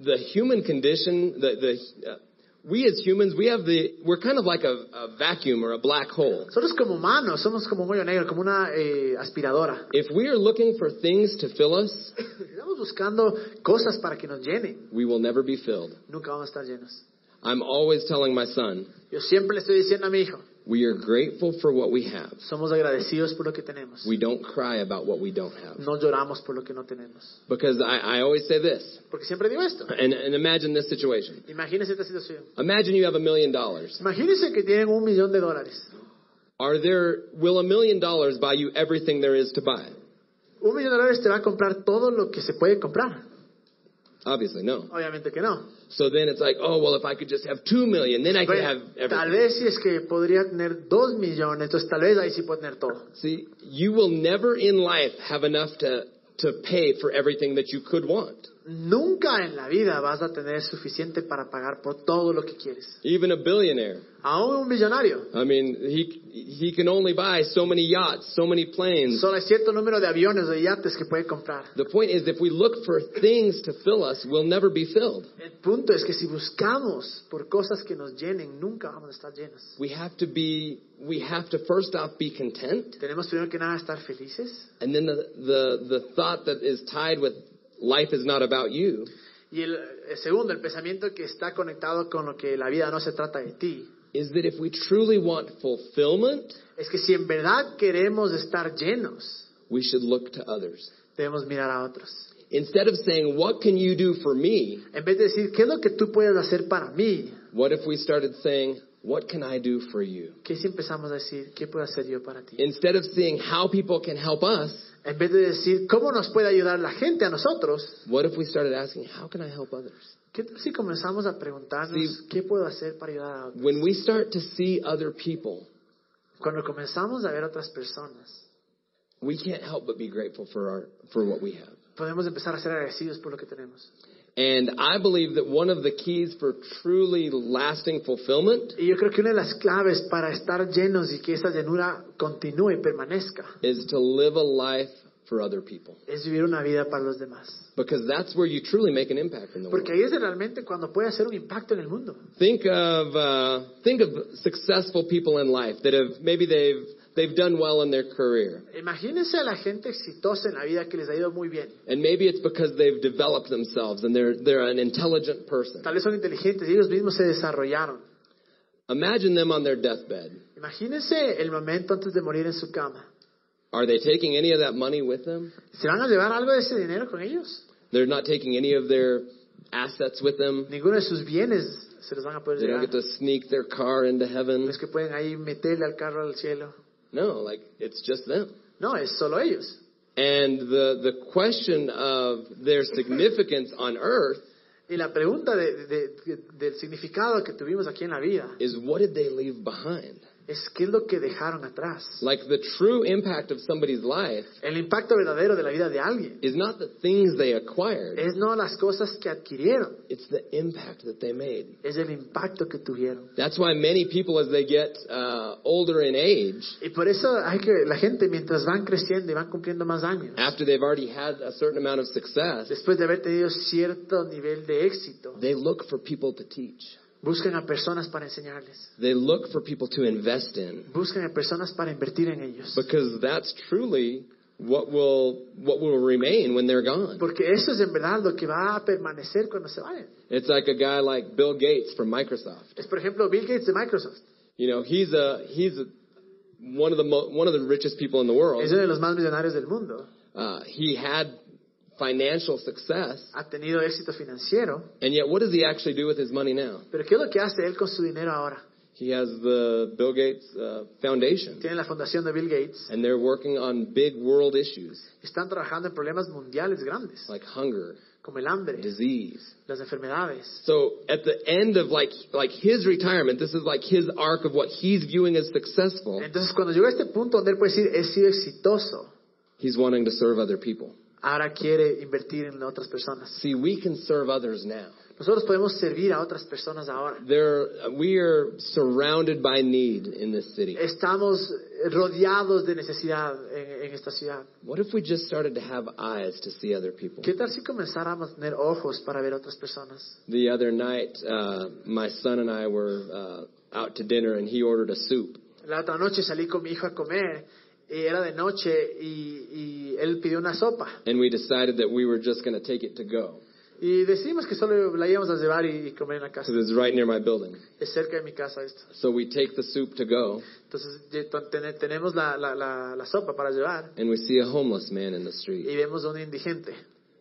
the human condition, the, the uh, we as humans, we have the, we're kind of like a, a vacuum or a black hole. Nosotros como humanos somos como un hoyo negro, como una eh, aspiradora. If we are looking for things to fill us, Si Estamos buscando cosas para que nos llenen. we will never be filled. Nunca vamos a estar llenos. I'm always telling my son, Yo siempre le estoy diciendo a mi hijo, we are grateful for what we have. somos agradecidos por lo que tenemos. We don't cry about what we don't have. No lloramos por lo que no tenemos. Because I, I always say this, Porque siempre digo esto. and, and imagine this situation. Imagínense esta situación. Imagine you have a million dollars. Imagínense que tienen un millón de dólares. Are there, will a million dollars buy you everything there is to buy? Un millón de dólares te va a comprar todo lo que se puede comprar. Obviously, no. Obviamente que no. So then it's like, oh, well, if I could just have two million, then I could Bueno, have tal everything. vez si es que podría tener dos millones, entonces tal vez ahí sí puedo tener todo. See, you will never in life have enough to, to pay for everything that you could want. Nunca en la vida vas a tener suficiente para pagar por todo lo que quieres. Even a billionaire. Aún un millonario. I mean, he, he can only buy so many yachts, so many planes. Solo hay cierto número de aviones o de yates que puede comprar. The point is, if we look for things to fill us, we'll never be filled. El punto es que si buscamos por cosas que nos llenen, nunca vamos a estar llenos. We have to be, we have to first off be content. Tenemos primero que nada estar felices. And then the, the, the thought that is tied with life is not about you Y el, el segundo, el pensamiento que está conectado con lo que la vida no se trata de ti, is that if we truly want fulfillment, es que si en verdad queremos estar llenos, we should look to others. debemos mirar a otros. Instead of saying, What can you do for me? En vez de decir, ¿qué es lo que tú puedes hacer para mí? What if we started saying, What can I do for you? ¿Qué si empezamos a decir, ¿qué puedo hacer yo para ti? Instead of seeing how people can help us, En vez de decir, ¿cómo nos puede ayudar la gente a nosotros? what if we started asking, How can I help others? ¿Qué tal si comenzamos a preguntarnos, Sí. ¿qué puedo hacer para ayudar a otros? When we start to see other people, Cuando comenzamos a ver a otras personas, we can't help but be grateful for, our, for what we have. podemos empezar a ser agradecidos por lo que tenemos. And I believe that one of the keys for truly lasting fulfillment Y yo creo que una de las claves para estar llenos y que esa llenura continúe y permanezca is to live a life for other people. es vivir una vida para los demás. Because that's where you truly make an impact in the world. Porque ahí es realmente cuando puede hacer un impacto en el mundo. Think of uh, think of successful people in life that have maybe they've they've done well in their career, Imagínense a la gente exitosa en la vida que les ha ido muy bien. and maybe it's because they've developed themselves and they're they're an intelligent person. Tal vez son inteligentes y ellos mismos se desarrollaron. Imagine them on their deathbed. Imagínense el momento antes de morir en su cama. Are they taking any of that money with them? ¿Se van a llevar algo de ese dinero con ellos? They're not taking any of their assets with them. Ninguno de sus bienes se los van a poder They don't llevar. get to sneak their car into No heaven. es que pueden ahí meterle al carro al cielo. No, like it's just them. No, es solo ellos. And the the question of their significance on earth Y la pregunta de- de- de- del significado que tuvimos aquí en la vida is what did they leave behind? es qué es lo que dejaron atrás. Like the true impact of somebody's life El impacto verdadero de la vida de alguien is not the things they acquired, es no las cosas que adquirieron, it's the impact that they made. es el impacto que tuvieron. That's why many people, as they get uh, older in age, Y por eso hay que la gente mientras van creciendo y van cumpliendo más años, after they've already had a certain amount of success, después de haber tenido cierto nivel de éxito, they look for people to teach. buscan a personas para enseñarles, They look for people to invest in buscan a personas para invertir en ellos. because that's truly what will what will remain when they're gone. Porque eso es en verdad lo que va a permanecer cuando se vayan. It's like a guy like Bill Gates from Microsoft. Es por ejemplo Bill Gates de Microsoft. You know, he's a he's a, one of the mo- one of the richest people in the world. Es uno de los más millonarios del mundo. Uh, he had financial success, ha tenido éxito financiero, and yet what does he actually do with his money now? pero ¿qué es lo que hace él con su dinero ahora? He has the Bill Gates uh, Foundation, Tiene la fundación de Bill Gates, and they're working on big world issues están trabajando en problemas mundiales grandes, like hunger, como el hambre, disease. las enfermedades. So at the end of like like his retirement, this is like his arc of what he's viewing as successful. Entonces, cuando llega a este punto donde él puede decir, he sido exitoso, He's wanting to serve other people. ahora quiere invertir en otras personas. See, we can serve others now. Nosotros podemos servir a otras personas ahora. There, we are surrounded by need in this city. Estamos rodeados de necesidad en, en esta ciudad. What if we just started to have eyes to see other people? ¿Qué tal si comenzáramos a tener ojos para ver otras personas? The other night, uh, my son and I were uh, out to dinner, and he ordered a soup. La otra noche salí con mi hijo a comer y era de noche y, y él pidió una sopa. And we decided that we were just going to take it to go Y decimos que solo la íbamos a llevar y, y comer en la casa. because it's right near my building. Es cerca de mi casa esto. So we take the soup to go, Entonces ye- to- tene- tenemos la, la, la, la sopa para llevar and we see a homeless man in the street. y vemos a un indigente.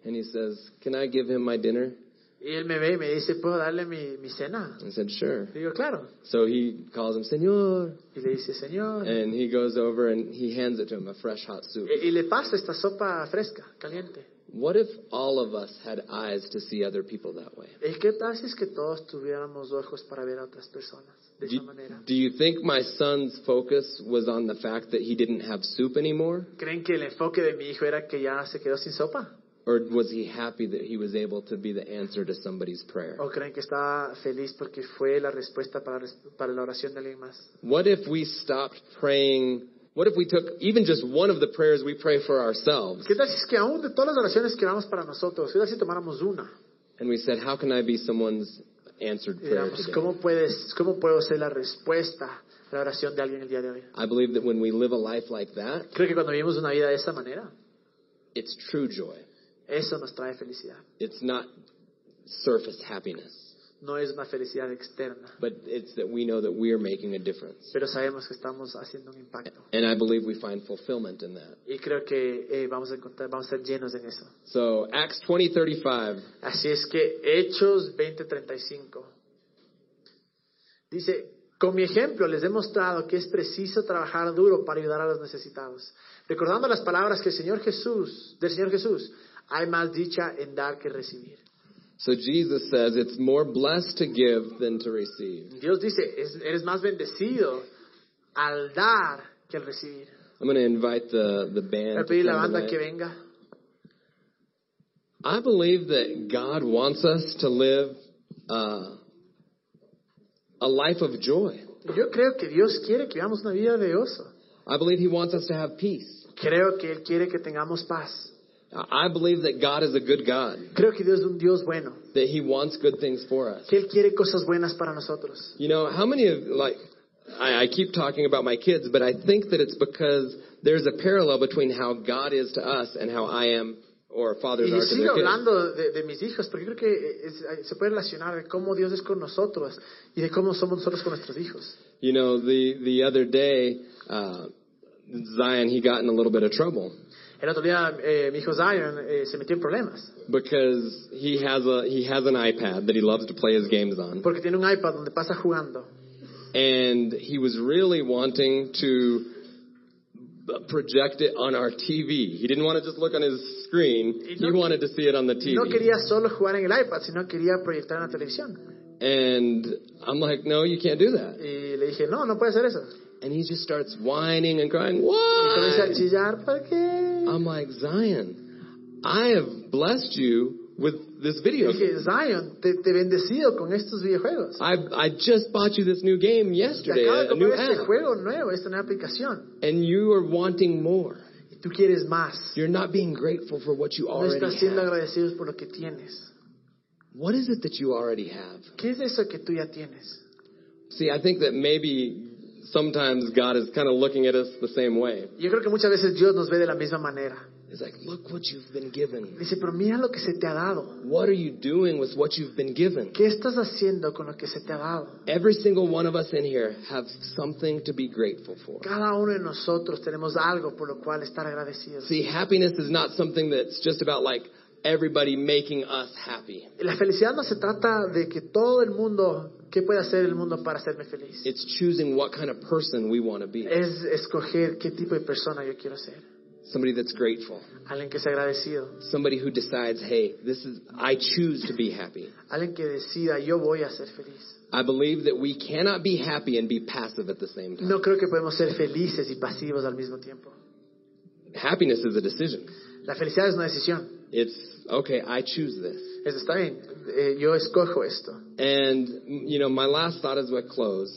And he says, Can I give him my dinner? Y él me ve y me dice, ¿puedo darle mi, mi cena? I said, Sure. Y digo, claro. So he calls him, Senor. Y le dice, señor. And he goes over and he hands it to him, a fresh hot soup. Y, y le pasa esta sopa fresca, caliente. What if all of us had eyes to see other people that way? ¿Y Eh, qué tal si es que todos tuviéramos ojos para ver a otras personas Do de esa you, manera? do you think my son's focus was on the fact that he didn't have soup anymore? ¿Creen que el enfoque de mi hijo era que ya se quedó sin sopa? Or was he happy that he was able to be the answer to somebody's prayer? ¿O creen que estaba feliz porque fue la respuesta para, res- para la oración de alguien más? What if we stopped praying? What if we took even just one of the prayers we pray for ourselves ¿Qué tal si es que aún de todas las oraciones que oramos para nosotros, qué tal si tomáramos una? and we said, How can I be someone's answered Pues, Y prayer? digamos, Today? ¿cómo, puedes, ¿cómo puedo ser la respuesta a la oración de alguien el día de hoy? I believe that when we live a life like that, Creo que cuando vivimos una vida de esa manera, it's true joy. eso nos trae felicidad. It's not surface happiness, No es una felicidad externa, but it's that we know that we are making a difference. pero sabemos que estamos haciendo un impacto. And I believe we find fulfillment in that. Y creo que eh, vamos a encontrar, vamos a ser llenos en eso. So Acts 20:35, Así es que Hechos 20:35 dice, con mi ejemplo les he mostrado que es preciso trabajar duro para ayudar a los necesitados. Recordando las palabras que el Señor Jesús, del Señor Jesús, hay más dicha en dar que recibir. so Jesus says, "It's more blessed to give than to receive." Dios dice, "Es- eres más bendecido al dar que al recibir. I'm going to invite the the band. Voy a to pedir a la come banda tonight. que venga. I believe that God wants us to live uh, a life of joy. Yo creo que Dios quiere que vivamos una vida de gozo. I believe He wants us to have peace. Creo que Él quiere que tengamos paz. I believe that God is a good God, Creo que Dios es un Dios bueno. that He wants good things for us. que Él quiere cosas buenas para nosotros. You know, how many of, like, I, I keep talking about my kids, but I think that it's because there's a parallel between how God is to us and how I am or fathers Y are to sigo their kids. hablando de, de mis hijos, porque creo que es- se puede relacionar de cómo Dios es con nosotros y de cómo somos nosotros con nuestros hijos. You know, the, the other day, uh, Zion, he got in a little bit of trouble. El otro día eh, mi hijo Zion eh, se metió en problemas because he has a he has an iPad that he loves to play his games on, porque tiene un iPad donde pasa jugando and he was really wanting to project it on our TV. He didn't want to just look on his screen. He wanted to see it on the y no TV. quería solo jugar en el iPad, sino quería proyectar en la televisión. And I'm like, no, you can't do that. Y le dije, no, no puede hacer eso. And he just starts whining and crying. Y comencé a Why? chillar, ¿para qué? I'm like, Zion, I have blessed you with this Y video. dije, Zion, te, te he bendecido con estos videojuegos. I I just bought you this new game Te yesterday, acabo de a, a Ah, new comprar este app, juego nuevo, esta nueva aplicación. and you are wanting more. Y tú quieres más. You're not being grateful for what you No estás already siendo have. agradecidos por lo que tienes. What is it that you already have? ¿Qué es eso que tú ya tienes? See, I think that maybe sometimes God is kind of looking at us the same way. Yo creo que muchas veces Dios nos ve de la misma manera. He's like, look what you've been given. Dice, pero mira lo que se te ha dado. What are you doing with what you've been given? ¿Qué estás haciendo con lo que se te ha dado? Every single one of us in here have something to be grateful for. Cada uno de nosotros tenemos algo por lo cual estar agradecidos. See, happiness is not something that's just about like everybody making us happy. La felicidad no se trata de que todo el mundo, ¿qué puede hacer el mundo para hacerme feliz? It's choosing what kind of person we want to be. Es escoger qué tipo de persona yo quiero ser. Somebody that's grateful. Alguien que sea agradecido. Somebody who decides, hey, this is, I choose to be happy. Alguien que decida, yo voy a ser feliz. I believe that we cannot be happy and be passive at the same time. No creo que podemos ser felices y pasivos al mismo tiempo. Happiness is a decision. La felicidad es una decisión. It's okay, I choose this. Es, está bien, eh, yo escojo esto. And you know, my last thought as we close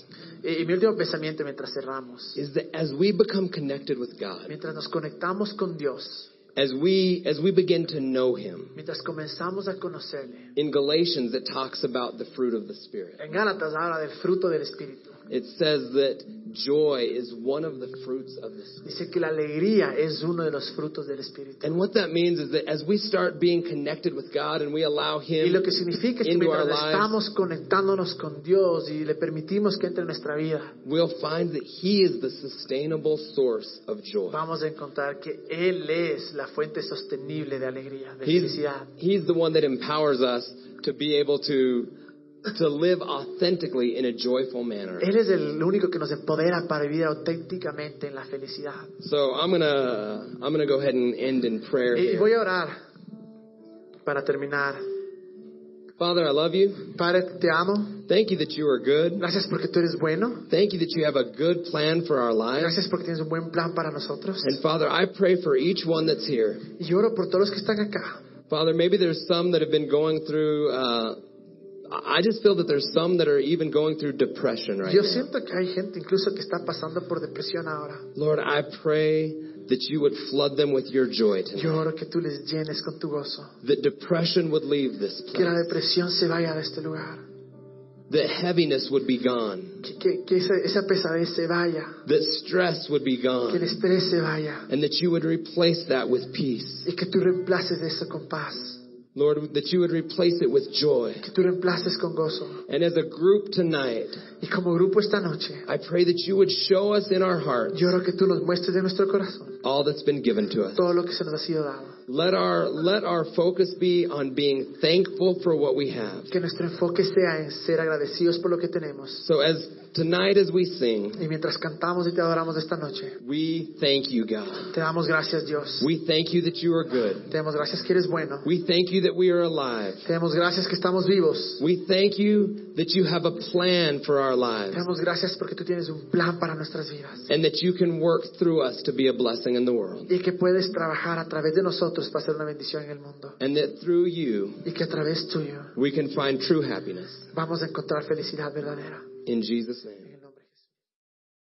Y, y mi último pensamiento mientras cerramos. is that as we become connected with God, Mientras nos conectamos con Dios, as we as we begin to know him, mientras comenzamos a conocerle. in Galatians it talks about the fruit of the spirit. En Gálatas habla del fruto del Espíritu. It says that joy is one of the fruits of the spirit. Dice que la alegría es uno de los frutos del Espíritu. And what that means is that as we start being connected with God and we allow Y Him lo que significa es que into our mientras lives, estamos conectándonos con Dios y le permitimos que entre en nuestra vida, we'll find that He is the sustainable source of joy. vamos a encontrar que Él es la fuente sostenible de alegría, de He's, felicidad. he's the one that empowers us to be able to, to live authentically in a joyful manner. Él es el único que nos empodera para vivir auténticamente en la felicidad. So I'm gonna, I'm gonna go ahead and end in prayer. Y here. voy a orar para terminar. Father, I love you. Padre, te amo. Thank you that you are good. Gracias porque tú eres bueno. Thank you that you have a good plan for our lives. Gracias porque tienes un buen plan para nosotros. And Father, I pray for each one that's here. Y oro por todos los que están acá. Father, maybe there's some that have been going through. Uh, I I just feel that there's some that are even going through depression right Yo now. siento que hay gente incluso que está pasando por depresión ahora. Lord, I pray that you would flood them with your joy tonight. Yo oro que tú les llenes con tu gozo. That depression would leave this Que la place. depresión se vaya de este lugar. That heaviness would be gone. Que, que- que esa, esa pesadez se vaya. That stress would be Que el gone. estrés se vaya. And that you would replace that with peace. Y que tú reemplaces eso con paz. Lord, that you would replace it with joy. Que tú reemplaces con gozo. And as a group tonight, Y como grupo esta noche, I pray that you would show us in our hearts yo oro que tú nos muestres de nuestro corazón all that's been given to us. todo lo que se nos ha sido dado. Let our let our focus be on being thankful for what we have. Que nuestro enfoque sea en ser agradecidos por lo que tenemos. So as tonight as we sing, Y mientras cantamos y te adoramos esta noche, we thank you, God. te damos gracias Dios. We thank you that you are good. Te damos gracias que eres bueno. We thank you that we are alive. Te damos gracias que estamos vivos. We thank you that you have a plan for our Te lives damos gracias porque tú tienes un plan para nuestras vidas. and that you can work through us to be a blessing in the world. Y que puedes trabajar a través de nosotros para hacer una bendición en el mundo. And that through you Y que a través tuyo we can find true happiness vamos a encontrar felicidad verdadera. in Jesus name.